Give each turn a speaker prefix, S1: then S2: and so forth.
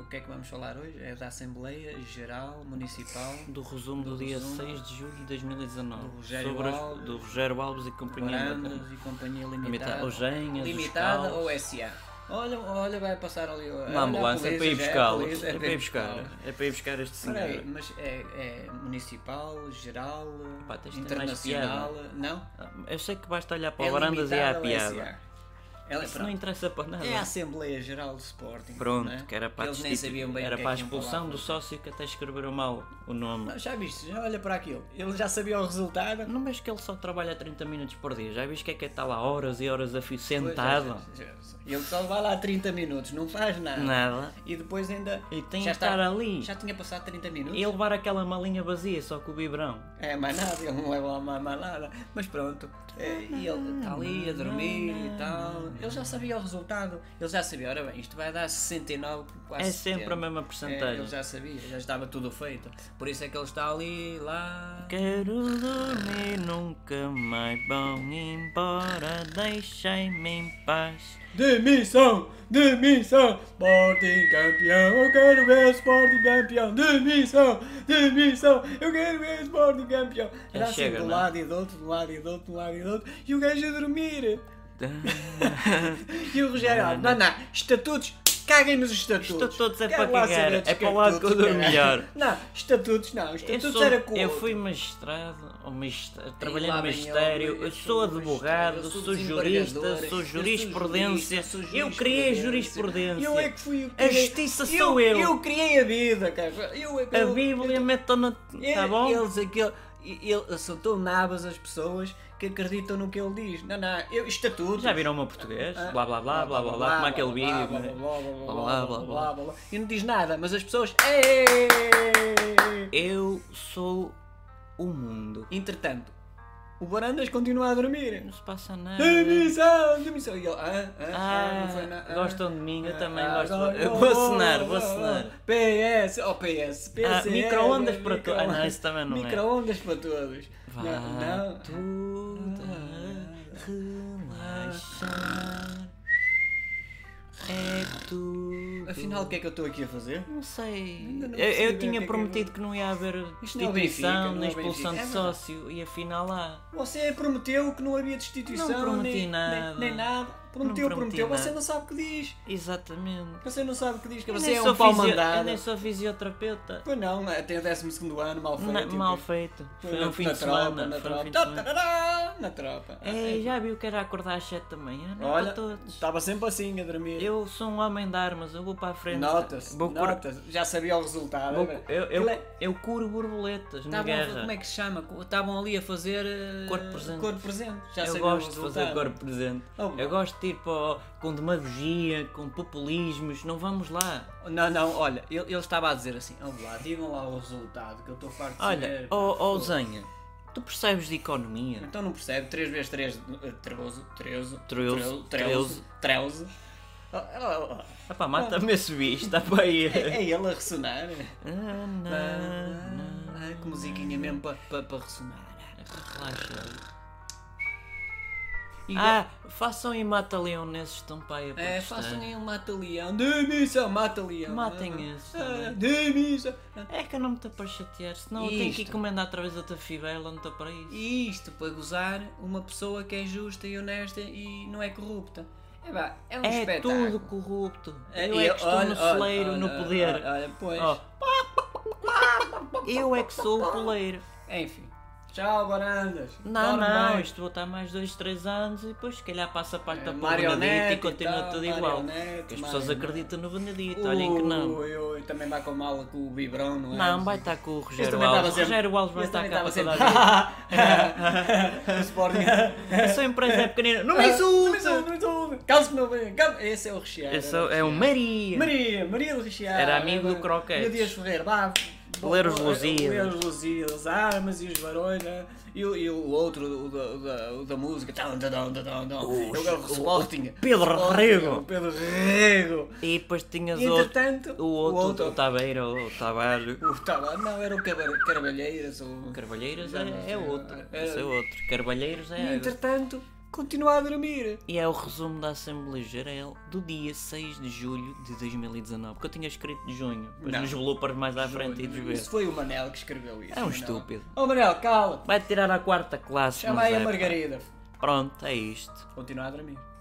S1: o que é que vamos falar hoje? É da Assembleia Geral Municipal
S2: Do resumo do,
S1: Do
S2: dia
S1: resumo.
S2: 6 de julho de 2019.
S1: Do Rogério
S2: sobre as-
S1: Alves.
S2: do Rogério Alves e companhia.
S1: Brandos e Companhia Limitada.
S2: Limitada. Ogenhas, os
S1: limitada
S2: Caos.
S1: ou SA? Olha, olha, vai passar ali. olha
S2: Uma
S1: a
S2: ambulância é para ir
S1: polícia, já é a
S2: buscá-los.
S1: polícia,
S2: É para ir buscar.
S1: buscá-los.
S2: É para ir buscar este senhor.
S1: Espera aí, mas é, é municipal, geral,
S2: Epá, tens de ter mais
S1: internacional? Não?
S2: Ah, Eu sei que basta olhar para
S1: é
S2: o Brandas e há a
S1: limitada ou
S2: piada.
S1: SA? Ela, é
S2: Isso não
S1: pronto,
S2: interessa para nada.
S1: é a Assembleia Geral do Sporting.
S2: Pronto,
S1: não é?
S2: que era para,
S1: Eles nem
S2: destituir-
S1: sabiam bem o
S2: era
S1: que é
S2: para a
S1: que iam
S2: expulsão
S1: falar.
S2: do sócio que até escreveram mal o nome.
S1: Não, já viste, já olha para aquilo. Ele já sabia o resultado.
S2: Não vejo que ele só trabalha 30 minutos por dia. Já viste que é que é está lá horas e horas a fio
S1: Pois, é,
S2: sentado?
S1: já- já- já- Ele só vai lá 30 minutos, não faz nada.
S2: Nada.
S1: E depois ainda.
S2: E tem
S1: já
S2: que estar ali.
S1: Já tinha passado 30 minutos.
S2: E levar aquela malinha vazia só com o biberão.
S1: É, mais nada, ele não leva lá mais, mais nada. Mas pronto, é, e ele está ali a dormir e tal. Ele já sabia o resultado. Ele já sabia, ora bem, isto vai dar 69, quase
S2: É sempre
S1: 70.
S2: a mesma
S1: É, ele
S2: porcentagem.
S1: já sabia, já estava tudo feito. Por isso é que ele está ali, lá.
S2: Quero dormir, nunca mais vão embora, deixem-me em paz.
S1: Demissão! Demissão! Sporting campeão! Eu quero ver o Sporting campeão! Demissão! Demissão! Eu quero ver o Sporting campeão!
S2: Já
S1: Era assim,
S2: chega,
S1: de um
S2: não é?
S1: lado e do outro, de um lado e do outro, de um lado e do outro, e o gajo a dormir! E o Rogério Alves, não, não, estatutos, caguem nos estatutos.
S2: Estatutos é
S1: Quero
S2: para
S1: lá
S2: cagar,
S1: saber dos
S2: é para lá que eu
S1: estatutos,
S2: durmo
S1: caralho.
S2: melhor.
S1: Não, estatutos não,
S2: Eu,
S1: estatutos
S2: sou-
S1: Então era com
S2: eu
S1: outro.
S2: fui magistrado, ou magistra- trabalhei
S1: lá
S2: no
S1: vem
S2: magistério,
S1: ele, um
S2: eu, sou advogado,
S1: eu sou
S2: sou, jurista,
S1: desembargador, eu
S2: sou
S1: sou
S2: jurisprudência,
S1: jurista, sou
S2: eu criei a
S1: jurisprudência.
S2: jurisprudência.
S1: Eu é que fui eu que
S2: A
S1: criei-
S2: justiça
S1: eu,
S2: sou eu.
S1: Eu criei a vida, cara. Eu, é que-
S2: A
S1: eu- É,
S2: Bíblia metam na.
S1: eu-
S2: Tá bom?
S1: Eles, aquele, eles são tão nabas as pessoas que acreditam no que ele diz. Não, não, eu, estatutos.
S2: Já viram o meu português?
S1: Ah,
S2: Blá blá blá blá blá blá, como aquele
S1: blá,
S2: vídeo.
S1: blá,
S2: né?
S1: blá, blá,
S2: Blá,
S1: blá,
S2: blá, blá,
S1: blá, blá, blá, blá. E não diz nada, mas as pessoas. "Ei!"
S2: Eu sou o mundo.
S1: Entretanto, o Barandas continua a dormir.
S2: Não se passa nada.
S1: Demissão, demissão. E ele, ah, ah, ah,
S2: Ah,
S1: não foi nada. ah,
S2: gostam de mim, eu também
S1: ah,
S2: gosto.
S1: agora-
S2: Eu vou assinar, vou assinar.
S1: PS, oh PS, PS.
S2: Ah, microondas para todos. Ah, não, isso também não é.
S1: Microondas para todos.
S2: Vá
S1: Não, não.
S2: tudo a relaxar. É tudo.
S1: Afinal, o que é que eu estou aqui a fazer?
S2: Não sei.
S1: Ainda não
S2: eu eu
S1: percebi bem o que é
S2: tinha
S1: que
S2: prometido que não ia haver
S1: Isto não é o Benfica,
S2: destituição,
S1: não é
S2: nem
S1: o Benfica.
S2: expulsão
S1: É
S2: de
S1: verdade.
S2: sócio e afinal lá.
S1: Você prometeu que não havia destituição,
S2: Não prometi
S1: nem,
S2: nada.
S1: Nem, nem nada. Prometeu,
S2: Não prometi
S1: prometeu.
S2: nada.
S1: Você não sabe o que diz.
S2: Exatamente.
S1: Você não sabe o que diz, que
S2: Eu
S1: você
S2: nem
S1: é
S2: sou
S1: um pau
S2: fisio- Eu
S1: mandado.
S2: nem sou fisioterapeuta.
S1: Pois não, é, tem o 12 ano, mal feito. tipo,
S2: Na-
S1: e o quê?
S2: mal feito. Foi
S1: na-
S2: um fim
S1: na
S2: de
S1: tropa,
S2: semana.
S1: Na
S2: Foi um
S1: tropa. Tá,
S2: fim de semana.
S1: Tatará, Na tropa.
S2: Ei, já viu que era acordar às 7 da manhã? Não para
S1: Olha,
S2: todos.
S1: estava sempre assim a dormir.
S2: Eu sou um homem de armas, eu vou para a frente.
S1: Nota-se,
S2: Vou cur-
S1: nota-se. Já sabia o resultado.
S2: vou-
S1: é?
S2: eu, eu,
S1: Aquilo é-
S2: eu curo borboletas
S1: Estavam,
S2: na
S1: a-
S2: guerra.
S1: como é que se chama? Estavam ali a fazer. eh,
S2: Corpo presente.
S1: Corpo presente. Já
S2: eu
S1: sabiam
S2: gosto
S1: o
S2: de fazer
S1: resultado.
S2: corpo presente.
S1: Oh,
S2: eu
S1: bom.
S2: gosto de ir para o- com demagogia, com populismos. Não vamos lá.
S1: Não, não, olha, ele, ele estava a dizer assim: vamos lá, digam lá o resultado que eu estou farto de
S2: Olha,
S1: saber.
S2: ó ó, Zenha, tu percebes de economia?
S1: Então não percebe, 3 vezes eh, 3, 13, 13,
S2: Treuze,
S1: 13, 13, 13.
S2: Epá, mata-me esse bicho, está para aí.
S1: Oh, É ele a ressonar.
S2: Ah, não, não.
S1: Ah, que musiquinha mesmo para pa, pa ressonar.
S2: Relaxa.
S1: E
S2: Ah, façam e mata-leoneses estão para aí a
S1: É,
S2: protestar.
S1: façam aí um mata-leão. Demissão, mata-leão.
S2: Matem esse
S1: um Ah,
S2: também.
S1: Demissão.
S2: É que eu não me estou para chatear, senão eu tenho
S1: Isto.
S2: que encomendar através da tua fivela, não estou para isso.
S1: E isto para gozar uma pessoa que é justa e honesta e não é corrupta. É, pá, é um
S2: é
S1: espetáculo.
S2: tudo corrupto.
S1: É,
S2: eu é
S1: eu-
S2: que estou
S1: olha,
S2: no
S1: olha,
S2: celeiro,
S1: olha,
S2: no
S1: olha,
S2: poder. Oh.
S1: olha, olha, pois.
S2: Ó. eu é que sou o coleiro.
S1: Enfim. Tchau, Barandas.
S2: Não,
S1: Dorme
S2: não,
S1: bem.
S2: isto vou estar mais 2, 3 anos e depois se calhar passa a parte da
S1: É,
S2: porra do Benedito e
S1: marionete e
S2: continua
S1: tal,
S2: tudo igual.
S1: marionete,
S2: Porque as pessoas
S1: marionete.
S2: acreditam no Benedito, olhem que não.
S1: Ui, ui, também vai com mala com o bibrão, não é?
S2: Não, vai estar com o
S1: Este
S2: Rogério
S1: também estava
S2: Alves. O
S1: sempre.
S2: Rogério Alves vai
S1: este
S2: estar
S1: também
S2: cá para toda a vida.
S1: estava sempre. o Sporting.
S2: A sua empresa é pequenina. Não me
S1: Ah, Não
S2: insulta!
S1: me insulta! Calma-se que não vem. Calma. Esse é o recheado.
S2: Eu sou- É o Maria.
S1: Maria, Maria do Recheado.
S2: Era amigo do Croquetes.
S1: Maria Dias Ferreira, vá.
S2: Ler os Lusíadas.
S1: Ler os Lusíadas, as armas e os barões, né? e, o- e o outro, o da, o da, o da música. Tão, tão, tão, tão, tão. Eu gosto do Sporting.
S2: Pedro
S1: Sporting,
S2: Rego.
S1: o Pedro Rego.
S2: E depois tinhas
S1: E,
S2: outro.
S1: entretanto,
S2: O outro, o Tabeira, o Tabar.
S1: o Tava- não, era o Caba- Carabalheiras. O...
S2: Carvalheiros
S1: Já não
S2: é,
S1: sei,
S2: é outro.
S1: é-
S2: Esse é outro. Carvalheiros é.
S1: E entretanto, continua a dormir.
S2: E é o resumo da Assembleia Geral do dia 6 de julho de 2019, porque eu tinha escrito de junho, mas
S1: Não.
S2: nos bloopers mais à frente e
S1: Isso
S2: desver.
S1: foi o Manel que escreveu isso.
S2: É um
S1: Manel.
S2: estúpido.
S1: Oh Manel, cala!
S2: Vai tirar a quarta classe,
S1: Chama
S2: mas
S1: aí a
S2: é, pá.
S1: Margarida.
S2: Pronto, é isto.
S1: Continua a dormir.